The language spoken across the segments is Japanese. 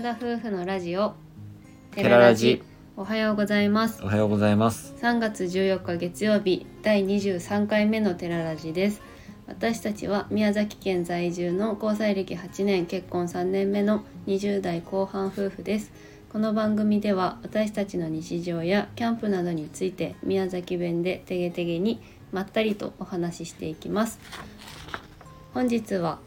田夫婦のラジオテララジおはようございますおはようございます3月14日月曜日第23回目のテララジです私たちは宮崎県在住の交際歴8年結婚3年目の20代後半夫婦ですこの番組では私たちの日常やキャンプなどについて宮崎弁でてげてげにまったりとお話ししていきます本日は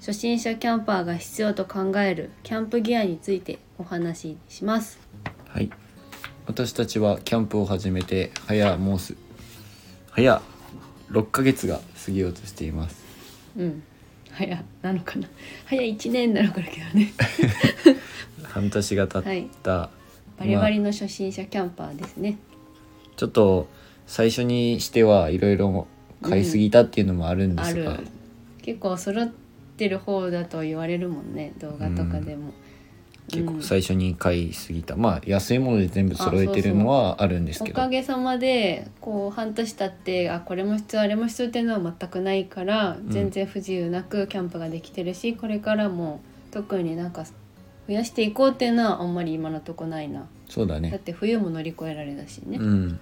初心者キャンパーが必要と考えるキャンプギアについてお話ししますはい私たちはキャンプを始めて早もうす早6ヶ月が過ぎようとしていますうん早なのかな早1年なのかだけど ね半年が経った、バリバリの初心者キャンパーですね、ちょっと最初にしてはいろいろ買いすぎたっていうのもあるんであするが、結構揃ってる方だと言われるもんね動画とかでも、結う構ん最初に買いすぎた、まあ安いもので全部揃えてるのはあるんですおけどかげさまでこう半年経ってあこれも必要あれも必要っていうのは全くないからん全然不自由なくキャンプができてるし、これからも特になんか増やしていこうっていうのはあんまり今のとこないな、そうだだっねて冬も乗り越えられたしね、うん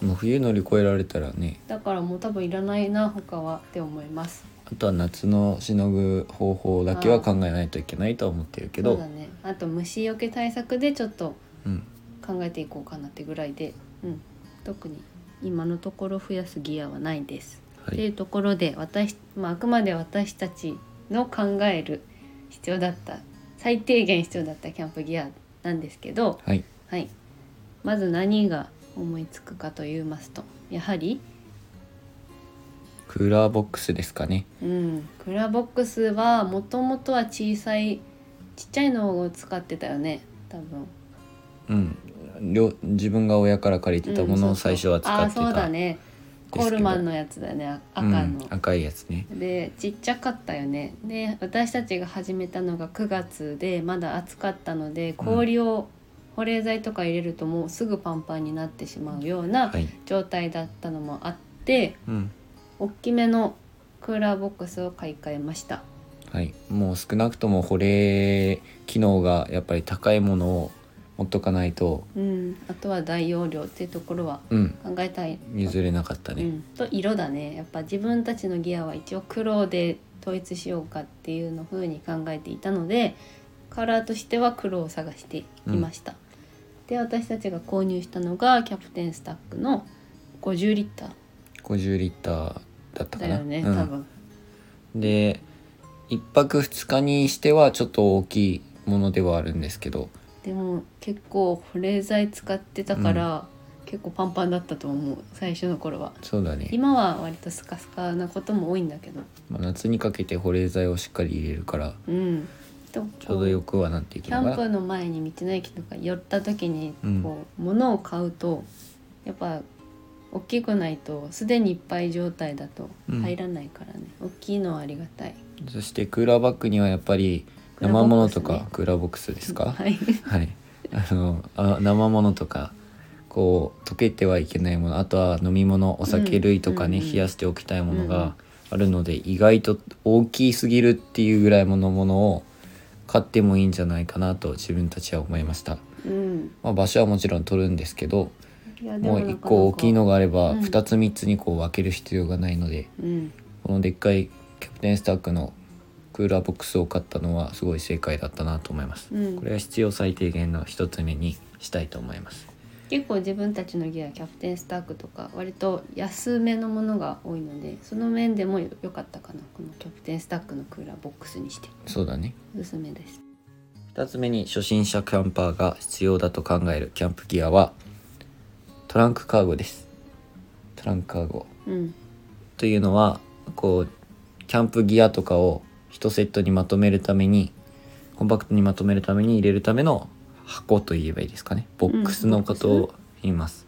うん、もう冬乗り越えられたらねだからもう多分いらないな他はって思いますあとは夏のしのぐ方法だけは考えないといけないとは思ってるけそうどだねあと虫よけ対策でちょっとうん、考えていこうかなってぐらいで、うん、特に今のところ増やすギアはないです。はっていいうところで私、まあ、あくまで私たちの考える必要だった最低限必要だったキャンプギアなんですけど、はいはい、まず何が思いつくかと言いますとやはり、クーラーボックスですかねうん、クラボックスはもともとは小さいちっちゃいのを使ってたよね多分。うん両自分が親から借りてたものうんを最初は使ってそうそうあーそうただんですねけコーどルマンのやつだよねあ赤うんの、赤いやつねでちっちゃかったよねで私たちが始めたのが9月でまだ暑かったので氷を保冷剤とか入れるともうすぐパンパンになってしまうようなはい状態だったのもあってうん大きめのクーラーボックスを買い替えましたはいもう少なくとも保冷機能がやっぱり高いものを持っとかないとうんあとは大容量っていうところはうん考えたい譲れなかったうね、ん、と色だねやっぱ自分たちのギアは一応黒で統一しようかっていうの風に考えていたのでカラーとしては黒を探していました、で私たちが購入したのがキャプテンスタックの50リッタ50リッターだったーかだなよね、うん多分で1泊2日にしてはちょっと大きいものではあるんですけどでも結構保冷剤使ってたから、結構パンパンだったと思う最初の頃はそうだね、今は割とスカスカなことも多いんだけどまあ、夏にかけて保冷剤をしっかり入れるからうんとちょうどよくはなっていくキのャンがプの前に道の駅とか寄った時にうんこう、物を買うとやっぱ大きくないとすでにいっぱい状態だと入らないからね、大きいのはありがたいそしてクーラーバッグにはやっぱりクーラー生ボックスねものとかクーラーボックスですかはい、はいあのあ生ものとかこう溶けてはいけないものあとは飲み物お酒類とかね、うんうんうん冷やしておきたいものうんうんがあるので、意外と大きすぎるっていうぐらいのものを買ってもいいんじゃないかなと自分たちは思いました、うん、まあ、場所はもちろん取るんですけどいやでもうなかな1か個大きいのがあればうん2つ3つにこう分ける必要がないので、うんこのでっかいキャプテンスタックのクーラーボックスを買ったのはすごい正解だったなと思います、うんこれは必要最低限の一つ目にしたいと思います結構自分たちのギアキャプテンスタークとか割と安めのものが多いのでその面でもよ良かったかなこのキャプテンスタックのクーラーボックスにしてそうだねおすすめです2つ目に初心者キャンパーが必要だと考えるキャンプギアはトランクカーゴですトランクカーゴうんというのはこうキャンプギアとかを1セットにまとめるためにコンパクトにまとめるために入れるための箱と言えばいいですかねボックスのことを言います、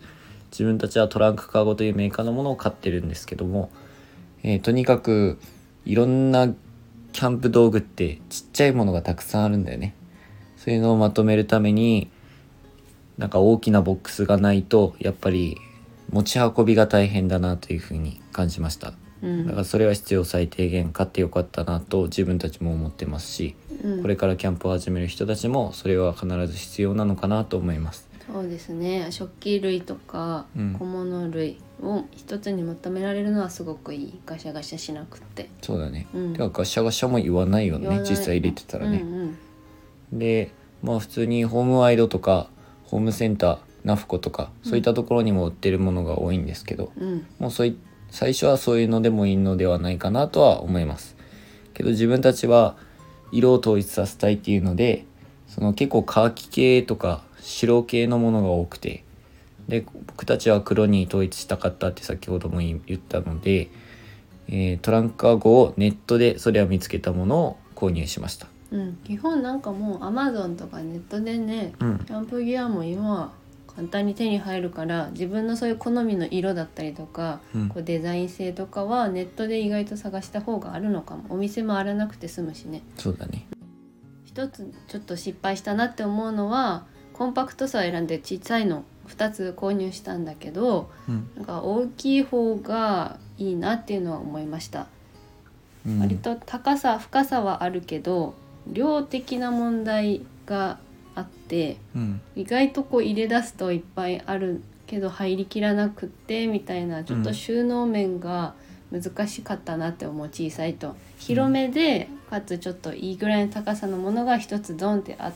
自分たちはトランクカーゴというメーカーのものを買ってるんですけども、えーとにかくいろんなキャンプ道具ってちっちゃいものがたくさんあるんだよねそういうのをまとめるためになんか大きなボックスがないとやっぱり持ち運びが大変だなというふうに感じましたうだかんらそれは必要最低限買ってよかったなと自分たちも思ってますしうんこれからキャンプを始める人たちもそれは必ず必要なのかなと思います。そうですね食器類とかうん小物類を一つにまとめられるのはすごくいいガシャガシャしなくて、そうだね、うんてかガシャガシャも言わないよ言わねない実際入れてたらうね。んうんでまあ普通にホームワイドとかホームセンターナフコとかそういったところにも売ってるものが多いんですけど、うんもうそうい最初はそういうのでもいいのではないかなとは思いますけど自分たちは色を統一させたいっていうのでその結構カーキ系とか白系のものが多くてで僕たちは黒に統一したかったって先ほども言言ったので、えートランカー号をネットでそれは見つけたものを購入しましたうん、基本なんかもうアマゾンとかネットでねうんキャンプギアも今は簡単に手に入るから自分のそういう好みの色だったりとか、うんこうデザイン性とかはネットで意外と探した方があるのかもお店回らなくて済むしねそうだね一つちょっと失敗したなって思うのはコンパクトさを選んで小さいの2つ購入したんだけどうん、なんか大きい方がいいなっていうのは思いました、うん割と高さ深さはあるけど量的な問題があってうん意外とこう入れ出すといっぱいあるけど入りきらなくってみたいなちょっと収納面が難しかったなって思う小さいと広めでかつちょっといいぐらいの高さのものが一つドンってあっ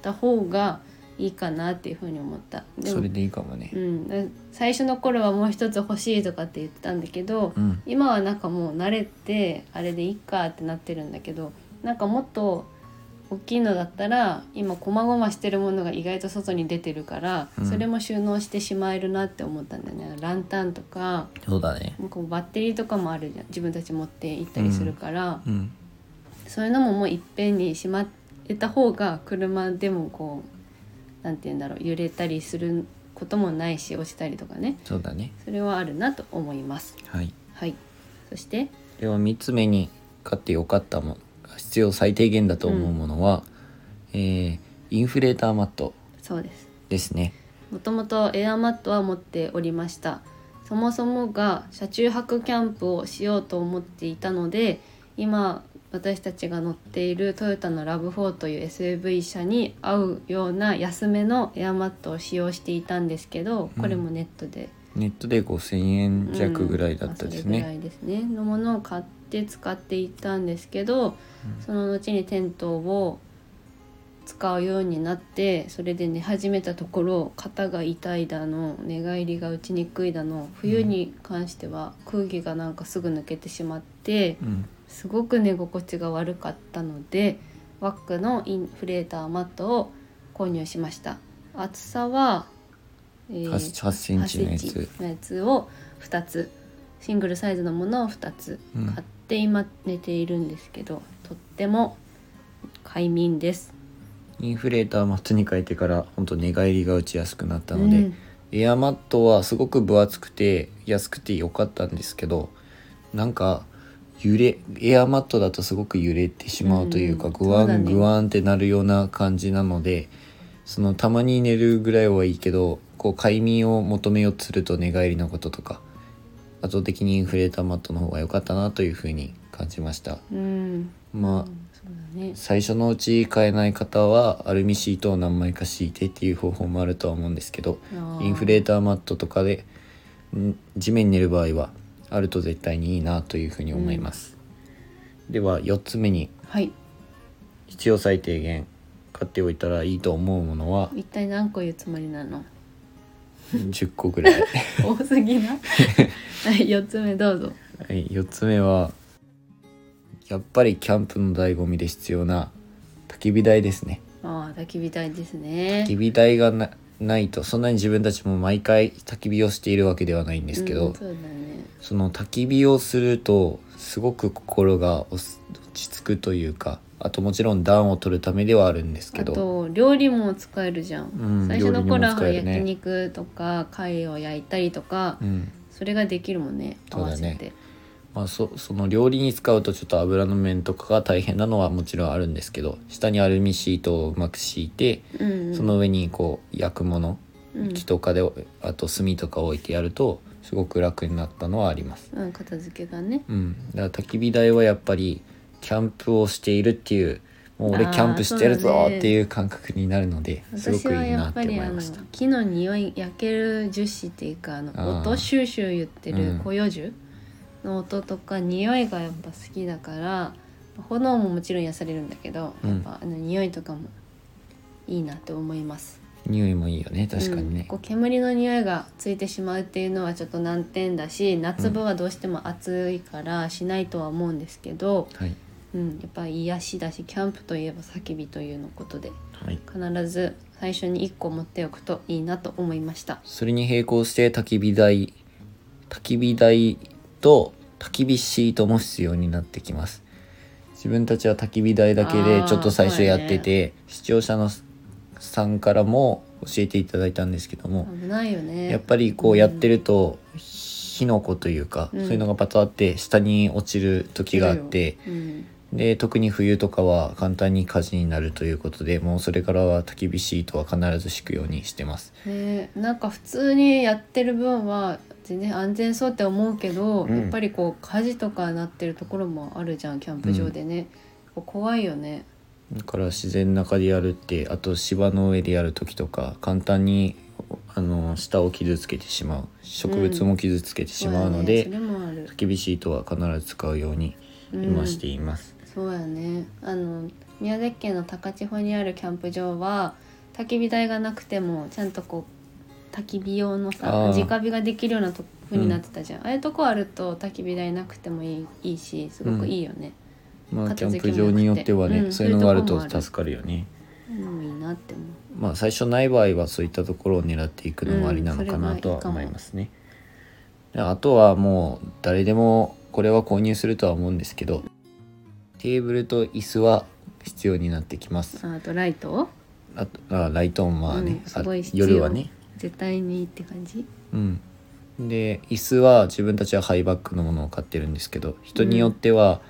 た方がいいかなっていうふうに思ったでそもれでいいかもねうんで最初の頃はもう一つ欲しいとかって言ってたんだけど、うん今はなんかもう慣れてあれでいいかってなってるんだけどなんかもっと大きいのだったら今細々してるものが意外と外に出てるから、うんそれも収納してしまえるなって思ったんだよねランタンとかそうだねこうバッテリーとかもあるじゃん自分たち持って行ったりするから、うんそういうのももういっぺんにしまえた方が車でもこうなんて言うんだろう揺れたりすることもないし落ちたりとかねそうだねそれはあるなと思います。はいはい、そしてでは3つ目に買ってよかったもの必要最低限だと思うものは、えーインフレーターマットそうですですねもともとエアマットは持っておりましたそもそもが車中泊キャンプをしようと思っていたので今私たちが乗っているトヨタのラブ4という SUV 車に合うような安めのエアマットを使用していたんですけどこれもネットで、ネットで5000円弱ぐらいだったですうんまあそれぐらね、いですねのものを買って使っていたんですけど、うんその後にテントを使うようになってそれで寝始めたところ肩が痛いだの寝返りが打ちにくいだの冬に関しては空気がなんかすぐ抜けてしまってうんすごく寝心地が悪かったのでワックのインフレーターマットを購入しました厚さは、えー8 8センチのや8センつチのやつを2つシングルサイズのものを2つうん買って今寝ているんですけど、とっても快眠ですインフレーターマットに変えてから本当寝返りが打ちやすくなったので、うんエアマットはすごく分厚くて安くて良かったんですけどなんか揺れエアマットだとすごく揺れてしまうというか、うんグワそうだンねグワンってなるような感じなのでそのたまに寝るぐらいはいいけどこう快眠を求めようとすると寝返りのこととか圧倒的にインフレーターマットの方が良かったなというふうに感じました。うんまあうんそうだね最初のうち買えない方はアルミシートを何枚か敷いてっていう方法もあるとは思うんですけどあーインフレーターマットとかでん地面に寝る場合はあると絶対にいいなというふうに思います、では4つ目にはい必要最低限買っておいたらいいと思うものは一体何個言うつもりなの 10個ぐらい、多すぎなはい4つ目どうぞはい、4つ目はやっぱりキャンプの醍醐味で必要な焚き火台ですねああ焚き火台ですね焚き火台がなないとそんなに自分たちも毎回焚き火をしているわけではないんですけど、うんそうだねその焚き火をするとすごく心が落ち着くというかあともちろん暖を取るためではあるんですけあどと料理も使えるじゃん、うん最初の頃は料理にも使えるね焼肉とか貝を焼いたりとか、うんそれができるもんね合そうわだねせてまあ、そその料理に使うとちょっと油の面とかが大変なのはもちろんあるんですけど下にアルミシートをうまく敷いてうんうんその上にこう焼くものうん木とかであと炭とか置いてやるとすごく楽になったのはあります。うん、片付けがねうん、だから焚き火台はやっぱりキャンプをしているっていうもう俺あーキャンプしてるぞそうだねっていう感覚になるので、すご私くはいいやなっっぱてり思いあまのした。木の匂い焼ける樹脂っていうかあのあー音シューシュー言ってうるん古葉樹の音とか匂いがやっぱ好きだから炎ももちろん癒されるんだけど、うんやっぱあの匂いとかもいいなって思います匂いもいいよね確かにうんねこ。う煙の匂いがついてしまうっていうのはちょっと難点だし夏場はどうしても暑いからしないとは思うんですけど、はいうん、やっぱり癒しだしキャンプといえば叫びというのことではい。必ず最初に1個持っておくといいなと思いましたそれに並行して焚き火台焚き火台と焚き火シートも必要になってきます自分たちは焚き火台だけであーちょっと最初やってて、視聴者のさんからも教えていただいたんですけども、危ないよねやっぱりこうやってると、火の粉というか、うんそういうのがバタって下に落ちる時があって、うん、で特に冬とかは簡単に火事になるということでもうそれからは焚き火シートは必ず敷くようにしてます。ねなんか普通にやってる分は全然安全そうって思うけど、うんやっぱりこう火事とかなってるところもあるじゃんキャンプ場でね、怖いよねだから自然の中でやるってあと芝の上でやる時とか簡単にあの舌を傷つけてしまう植物も傷つけてしまうので、そうやね、それもある焚き火シートは必ず使うように今しています。そうやねあの宮崎県の高千穂にあるキャンプ場は焚き火台がなくてもちゃんとこう焚き火用のさあー直火ができるようなとこになってたじゃん、ああいうとこあると焚き火台なくてもいいいいしすごくいいよね、まあキ片ャ付ンプけも場によってはね、うんそういうのがあるそうというとこもある助かるよね。うん、いいなって思うまあ最初ない場合はそういったところを狙っていくのもありなのかなとうんそれはが思いいかもいますね。であとはもう誰でもこれは購入するとは思うんですけどテーブルと椅子は必要になってきます。あとライトあとあライトオンはねう、んあすごい必要夜はね。絶対にいいって感じうん、で椅子は自分たちはハイバックのものを買ってるんですけど人によっては、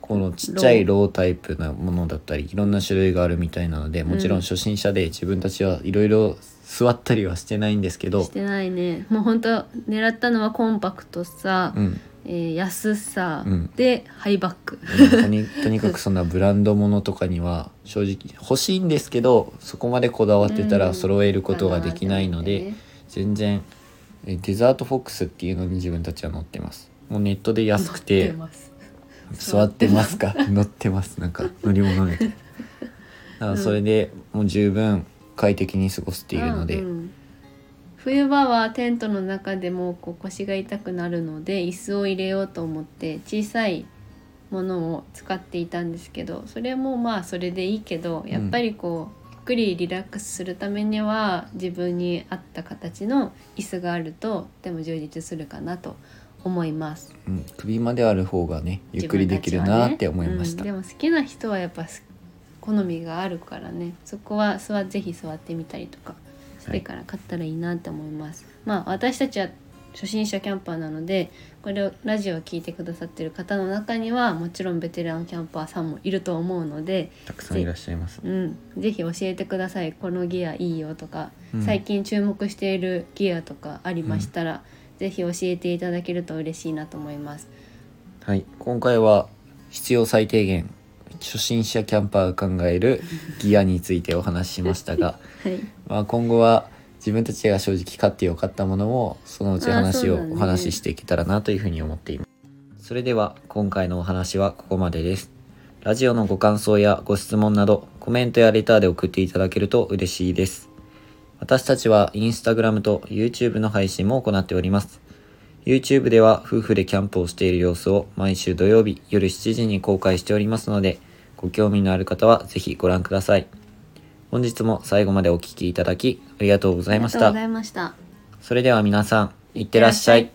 このちっちゃいロータイプなものだったりいろんな種類があるみたいなのでもちろうんん初心者で自分たちはいろいろ座ったりはしてないんですけどし、てないねもうほんと狙ったのはコンパクトさ、うん、えー安さ、うんでハイバックとに とにかくそんなブランドものとかには正直欲しいんですけどそこまでこだわってたうんら揃えることができないので。ね全然えデザートフォックスっていうのに自分たちは乗ってますもうネットで安く乗ってます座ってますか 乗ってますなんか乗り物みたいなだからそれでもう十分快適に過ごせているので、あうん冬場はテントの中でもこう腰が痛くなるので椅子を入れようと思って小さいものを使っていたんですけどそれもまあそれでいいけどやっぱりこうゆっくりリラックスするためには自分に合った形の椅子があるととても充実するかなと思います。うん首まである方がねゆっくりできる自分たちはなねって思いました、うんでも好きな人はやっぱす好みがあるからねそこは座ぜひ座ってみたりとかしてから買ったらいいなって思います、まあ私たちは初心者キャンパーなのでこれをラジオを聞いてくださってる方の中にはもちろんベテランキャンパーさんもいると思うので、たくさんいらっしゃいますうん、ぜひ教えてくださいこのギアいいよとか、うん最近注目しているギアとかありましたら、ぜひ教えていただけると嬉しいなと思います。はい今回は必要最低限初心者キャンパーが考えるギアについてお話ししましたがはいまあ、今後は自分たちが正直買ってよかったものもそのうち話あーそうだねをお話ししていけたらなというふうに思っていますそれでは今回のお話はここまでですラジオのご感想やご質問などコメントやレターで送っていただけると嬉しいです私たちはインスタグラムと YouTube の配信も行っております YouTube では夫婦でキャンプをしている様子を毎週土曜日夜7時に公開しておりますのでご興味のある方はぜひご覧ください本日も最後までお聴きいただきありがとうございましあたりがとうございました。それでは皆さんいってらっしゃい